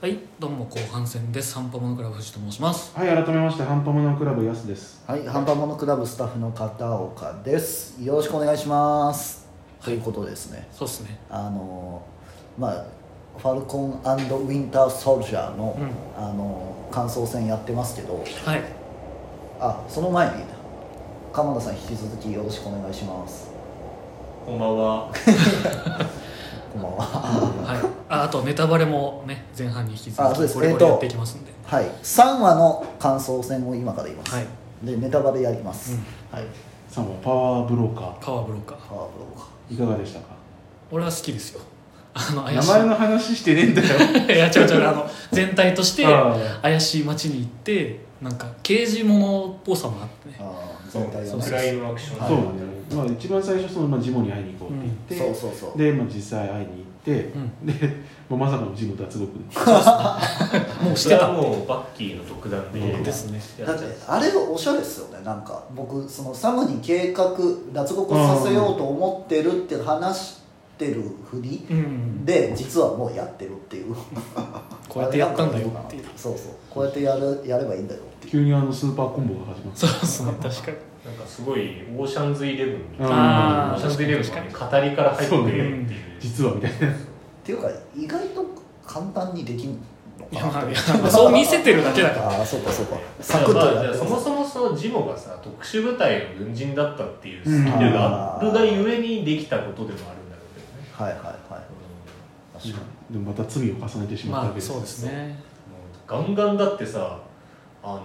はい、どうも後半戦です。散歩モノクラブ藤と申します。はい、改めまして、ハンパモノクラブ、やすです。はい、ハンパモノクラブスタッフの片岡です。よろしくお願いします。ということですね。そうですね。あのーまあファルコンウィンターソルジャーの、うんあのー感想戦やってますけど、はい、あ、その前に鎌田さん引き続きよろしくお願いします。こんばんは。こんばんは。 はい、あ、あとネタバレもね、前半に引き続あそうできすこれえこっれとやっていきますんで。はい、3話の感想戦を今から言います。はいでネタバレやります。うはい。さんはパワーブローカパワーブローカー。パワーブローか。ー、いかがでしたか俺は好きですよ。あの名怪し前の話してねえん だよ。い。いや、違う違う、あの全体としてあー怪しい街に行って、なんか刑事物っぽさもあってね。あー全体がそうクそうラね。イムアクションそうなんだよね。まあ、一番最初、その、まあ、ジモに会いに行こうって言って、そうそうそう。で、まあ、実際会いに行って、うで、まあ、まさかのジム脱獄で。 もうしそてれはた。もうバッキーの特段でですね。やだっっててあれおしゃれですよねなんか僕そのサムに計画脱獄させようと思ってるって話してるふりうん、で実はもうやってるっていうこうやってやったんだよっていう。そうそうこうやってやるやればいいんだよっていう急にあの、スーパーコンボが始まっそた。うですね、確かに。なんかすごいオーシャンズイレブンみたいうんな。オあーあ、シャン確ズかイレにブン確かはね語に。りから入ってくれるっていう。実はみたいな。っていうか意外と簡単にできんのいやかなまあいやまあそう見せてるだけだから。ああそうかそうかじサゃクあッまとあじゃやっあてそまもすそもそのジモがさ特殊部隊の軍人だったっていうスキルがあるがゆえにできたことでもあるんだろうけどねはいはいうはんい確かにでもまた罪を重ねてしまったまわけあです。そうですね。ガンガンだってさあのー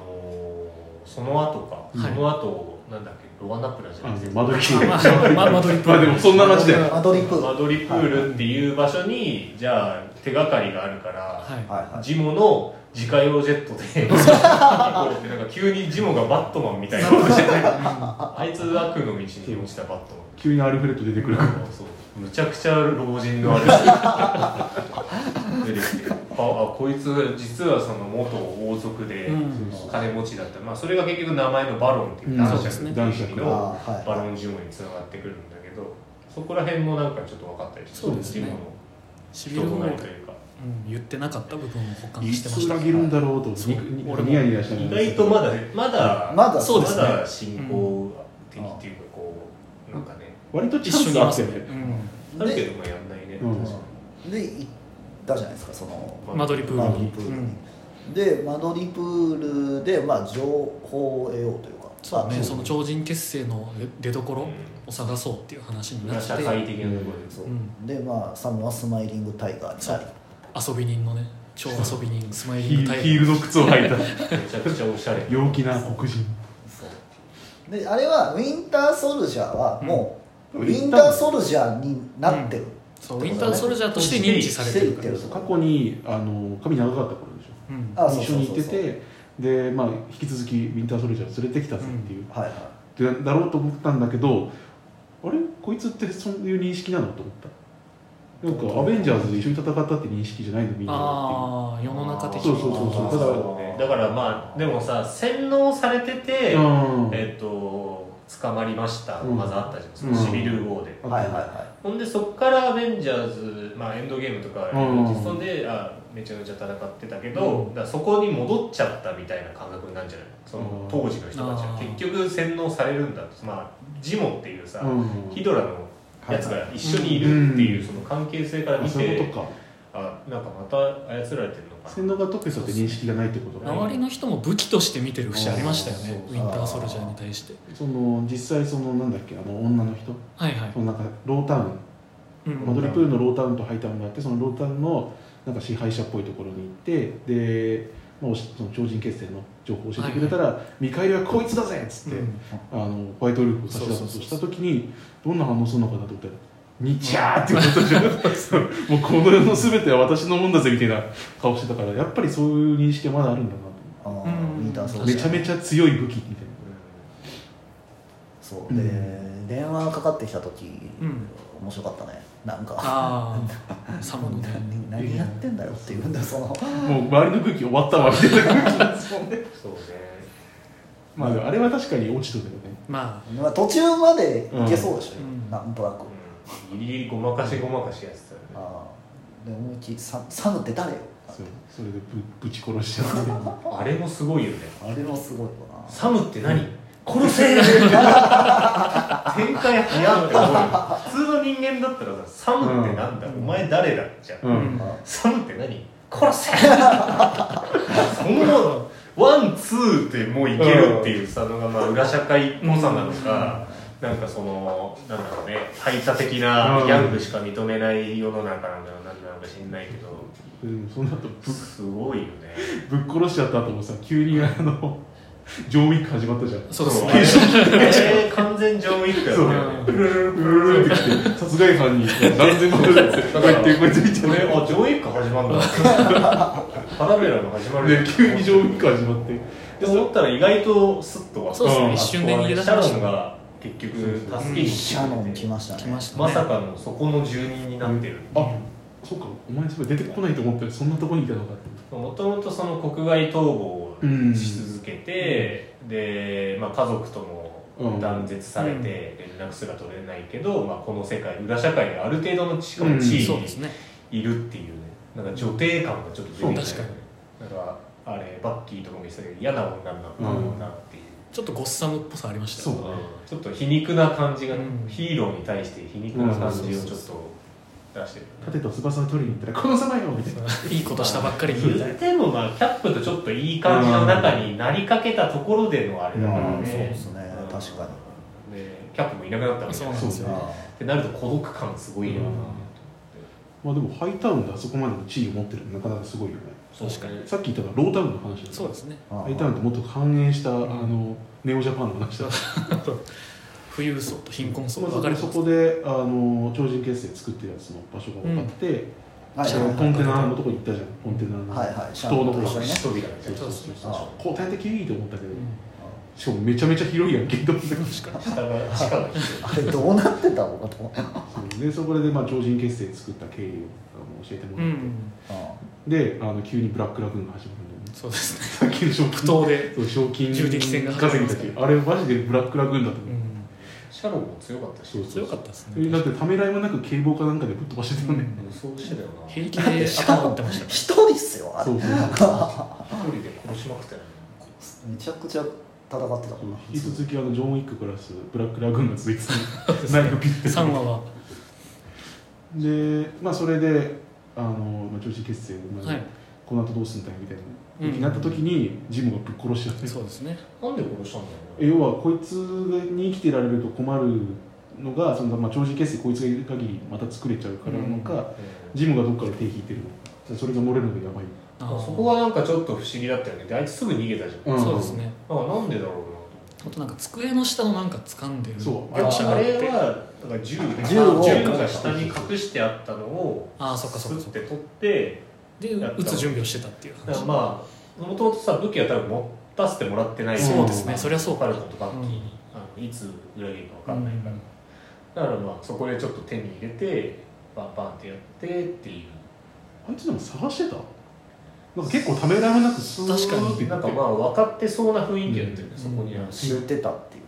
その後かいその後なんだっけロアナプラじゃあなのくて窓切れ。まあまあマドリップまあでもそんな話 だよ。マドリップマドリプールっていう場所に、じゃあ手がかりがあるから、ははいはいジモの自家用ジェットで行こうってなんか急にジモがバットマンみたいなことしてねあいつ悪の道に落ちたバット急にアルフレッド出てくるマ かンら。そうむちゃくちゃ老人のあれ出てきてああこいつ実はその元王族い。でうん。金持ちだった、まあ、それが結局名前のバロンっていう男爵っていう意味うんそうですねの、ああはいバロンジモにつながってくるんだけどそこら辺もなんかちょっと分かったりしてそうですねジモシビルの人もとなりというかうん言ってなかった部分を保管いしてまつした裏。切るんだろうと、そうにに俺もニヤニヤしな意がら外とまだまだまだそうですねまだ進行的っていうかこうなんかね割とチ一ャ緒ンにスいあまったすよね。ねう。ん。あるけどまあやんないね、うん確かで行ったじゃないですかそのにマドリプールマにドリプールに、うんでマドリプールで、まあ、情報を得ようというかそうまね。あその超人結成の出所うんを探そうっていう話にな裏って社、会的なところそううんでまあサムはスマイリングタイガーになり遊び人のね、超遊び人スマイヒリングターヒイーガー。ルの靴を履いた。 でめちゃくちゃおしゃれ陽気な黒人そうであれはウィンターソルジャーはもうう、んウィンターソルジャーになってる、そうウィンターソルジャーとして認知されてるから。過去にあの髪長かった頃でしうん。あょそう一そ緒うにそ行うっそうててで、まあ、引き続きウィンターソルジャーを連れてきたぜっていう、はいはでだろうと思ったんだけどあれこいつってそういう認識なのと思ったなんかアベンジャーズで一緒に戦ったって認識じゃないのみんなはあってあ世の中的そうそうそうそうただねだからまあでもさ洗脳されてて、いううんえっ、と捕まりました、うんまずあったじゃんそのシビルウォーで、いはいはいはほんでそこからアベンジャーズ、まあ、エンドゲームとかうん実装で、あめちゃめちゃ戦ってたけど、だからそこに戻っちゃったみたいな感覚になるんじゃないその当時の人たちはうん結局洗脳されるんだまあジモっていうさ、うんヒドラのやつが一緒にいるっていうその関係性からあ見そういうて、ことかあなんかまた操られてるのか洗脳が解けそうって認識がないってことか周りの人も武器として見てる節ありましたよねウそうそうィンターソルジャーに対してその実際そのなんだっけあの女の人はいはいそのなんかロータウンうんマドリプールのロータウンとハイタウンがあってそのロータウンのなんか支配者っぽいところに行ってで、まあ、おしその超人決戦の情報を教えてくれたら、見返りはこいつだぜっつって、うんあのホワイトウルフを差し出そうそうとそうしそたう時にどんな反応するのかなと思ったら「にちゃー」ってことじゃんもうこの世の全ては私のもんだぜみたいな顔してたからやっぱりそういう認識はまだあるんだなといあーウうんィンターソルジめャーちゃめちゃ強い武器みたいなそうで、電話がかかってきた時、うん面白かったねなんかああサムのね 何何やってんだよっていうんだそのもう周りの空気終わったわみたいな空気なんですもんねそうねまあでもあれは確かに落ち度だよねまあまあ、途中までいけそうでしょ、うんなんとなく、うんギリギリごまかしごまかしやってたよねああで思いっきりサ「サムって誰よ?」そうそれでぶぶち殺しちゃってあれもすごいよねあれもすごいわなサムって何殺せ展開早って思う普通の人間だったらさサムってなんだ、うんお前誰だじゃん、うんサムって何殺せそんなのワンツーってもういけるっていうさのが、まあ、裏社会っぽさなのか、なんかそのなんだろうね排他的なギャングしか認めない世の中なんだろうなんなのか知んないけどうん、その後ぶすごいよねぶっ殺しちゃった後もさ急にあのジョンウィック始まったじゃんそうですねあれあれ完全ジョン・ウィックだったよねそうブルルルうブルルルーんって来て殺害犯に何千万ぐらいこうやってこうやって見ちゃこっれてあジョン・ウィック始ま るんだパラベラの始まるね急にジョンウィック始まってで思ったら意外とスッとはそうですうんね一瞬で逃げ出しシャまロしンたねが結局助けうんにシャノン来まましたね来ましたねまさかのそこの住人になってるあそうかお前それ出てこないと思ったらそんなとこにいたのかってもともとその国外逃亡をし続けて、で、まあ、家族とも断絶されて連絡すら取れないけど、まあ、この世界裏社会である程度のしかも地位そうにですねいるっていうねなんか女帝感がちょっと出てきたよねそう確だからあれバッキーとかも言ってたけど嫌な女になったんだなっていう、ちょっとゴッサムっぽさありましたそううんちょっと皮肉な感じが、うんヒーローに対して皮肉な感じをちょっと出してる立てた翼を取りに行ったらこの様よみたいないいことしたばっかりにみ言たいなうてもまあキャップとちょっといい感じの中になりかけたところでのあれだからね、うんそうですねうん確かでキャップもいなくなったみたいそうななっんですよにねあてなると孤独感すごいよな、うんまあでもハイタウンであそこまでの地位を持ってるのなかなかすごいよねそう確かにさっき言ったのはロータウンの話だそうですねあハイタウンってもっと反映した、あのネオジャパンの話だ富裕層と貧困層まあ分かれて そますこであの超人結成作ってるやつの場所が分かって、はいそはのいコンテナのとこ行ったじゃんコンテナのはいはい埠頭の方シャンプーと一緒にね人々がちょっそうとですねあ古典的いいと思ったけど、うんしかもめちゃめちゃ広いやんけと思 って確かに下が下があれどうなってたのかと思ってそうでそこでまあ超人結成作った経緯をあの教えてもうらって、んであの急にブラックラグーンが始まるんだよね そうですねさっきの賞金不当でそう賞金銃撃戦が始ま稼りまぎたす時あれマジでブラックラグーンだと思う、うんシャロンも強かったしそうそう強かったですだっねてためらいもなく警棒かなんかでぶっ飛ばしてたよね、そうしてたよな平気で頭打ってましたか一人っすよあれそうめそうそう一人で殺しまくってたよねちゃくちゃ戦ってたもんな引き続きあのジョン・ウィックプラスブラックラグーンが続いて たナイフピッてら3話はでまあそれであの、まあ、女子結成で、まあはいこの後どうすんだよみたいな、うんになった時にジムがぶっ殺しちゃってそうですねなんで殺したんだろうね要はこいつに生きてられると困るのがその、まあ、長寿結成こいつがいる限りまた作れちゃうからなのか、ジムがどっかで手引いてるのかそれが漏れるのがやばいああーそこはなんかちょっと不思議だったよねであいつすぐ逃げたじゃん、うんそうですねなんかなんでだろうなあとなんか机の下のなんか掴んでるそうと描写あがあっれてはだから銃で銃を銃が下に隠してあったのをああそっかそっかそスっッかて取ってで撃つ準備をしてたっていうだか話らまあもともとさ武器は多分持たせてもらってないそうですねそりゃそうパかルコとバッキーに、うんあのいつ裏切るか分かんないから、うんだからまあそこでちょっと手に入れてバンバンってやってっていうあいつでも探してたなんか結構ためらいもなくスーッて確かに行ってなんかまあ分かってそうな雰囲気だったよね、うんそこにある知ってたっていう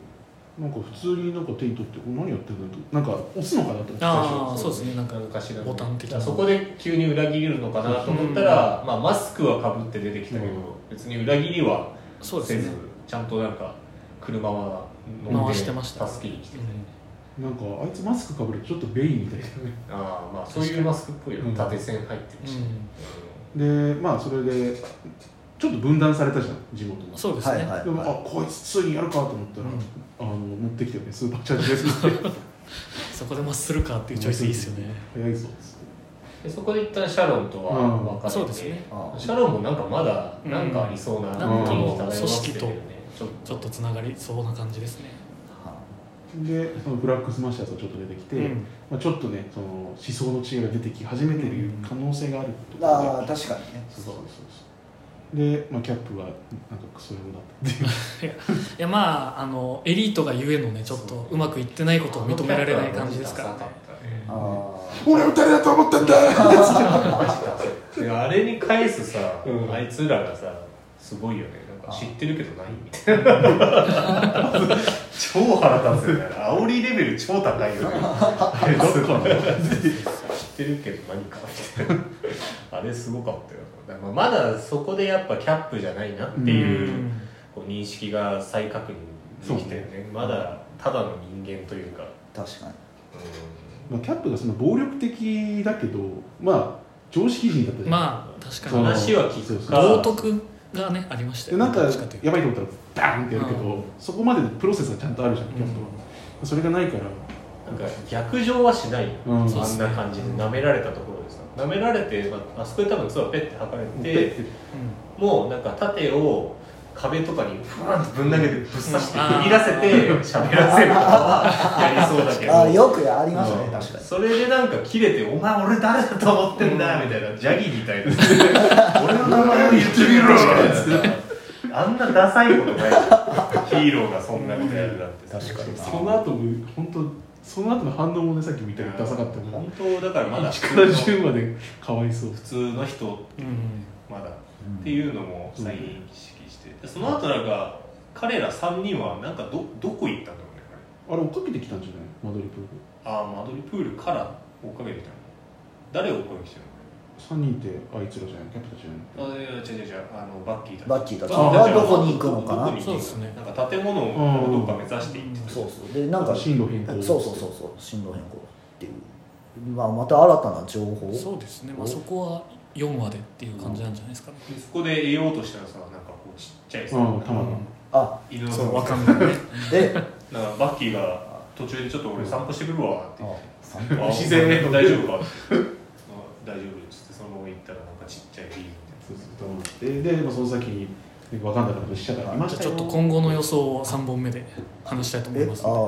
なんか普通になんか手に取ってこれ何やってんだとなんか押すのかなと思って最ああ初そうですねなんかなんかしらのボタン的なそこで急に裏切れるのかなと思ったら、まあ、マスクはかぶって出てきたけど、うん別に裏切りはそうですせねず、ちゃんとなんか車は回してました助けに来てて、なんかあいつマスクかぶるとちょっとベイみたいなねああまあそういうマスクっぽいよね、うん縦線入ってるし、うんでまあそれでちょっと分断されたじゃん地元うがんそうですねはいはいでもあこいつついにやるかと思ったら、うんあの持ってきてよねスーパーチャージですって そこでマッスルカーっていうチョイスいいですよね早いぞっつっでてそこで一旦シャロンとは別れて、そうですねああシャロンもなんかまだなんかありそうななんか雰囲気漂ってるよねちょっちょっとつながりそうな感じですねはでそのブラックスマッシャーとちょっと出てきて、うんまあ、ちょっとねその思想の違いが出てき始めてる可能性があるといああ確かにねそうそうそうそうで、まあ、キャップはなんかクソ野郎だったっていう いやまああのエリートがゆえのねちょっとうまくいってないことを認められない感じですからねあ俺は誰だと思ってんだであれに返すさ、うんあいつらがさすごいよねなんか知ってるけどないみたいな超腹立つよね煽りレベル超 高いよね えどっかの知ってるけど何かみたいなあれすごかったよだからまあまだそこでやっぱキャップじゃないなっていう、こう認識が再確認できてるねまだただの人間というか、確かにうまあ、キャップがその暴力的だけどまあ常識人だったじゃんまあ確かそにう話は聞くか道徳がねありましたでよねなんかどやっちというとばいと思ったらダーンってやるけど、うんそこまでプロセスがちゃんとあるじゃん、キャップはそれがないからなんか逆上はしないよ、うんあんな感じで舐められたところでさ舐められて、まあ、あそこで多分ツアーペッて吐かれてでもうなんか盾を壁とかにふわんとぶん投げてぶっ刺してうん区切らせて喋らせるとかはやりそうだけあどよくありましたね、うん確かにそれでなんか切れて「お前俺誰だと思ってんだ」みたいなジャギみたいな「俺の名前を言ってみろ」みたいなあんなダサいことないじゃんヒーローがそんなことやるなんて確かになその後も本当その後の反応もねさっきみたいにダサかったから本当だからまだ1から10までかわいそう普通の人うんうんまだっていうのも再認識して、でその後なんか彼ら3人はなんかどどこ行ったんだろうねあれ追っかけてきたんじゃないマドリプールああマドリプールから追っかけてきたの誰を追っかけてきた3人ってあいつらじゃないキャプテンじゃないのあいや違う違う違うあのバッキーたちバッキーたちバッはどこに行くのかなどこに行くのそうですねなんか建物をどっか目指して行ってたそうそうでなんか進路変更そうそうそうそう進路変更っていう、まあ、また新たな情報そうですね、まあ、そこは4話でっていう感じなんじゃないですかね、でそこで得ようとしたらさなんかこうちっちゃいさ、うんたまあ犬のそうなわんかかんないねでバッキーが途中でちょっと俺散歩してくるわって言ってあ散 あ 歩自然大丈夫かあ大丈夫っつってそのまま行ったらなんかちっちゃいビールみそうそうでで、まあ、その先に分かんなかった死者がいまじしゃあたちよょっと今後の予想を3本目で話したいと思いえますあの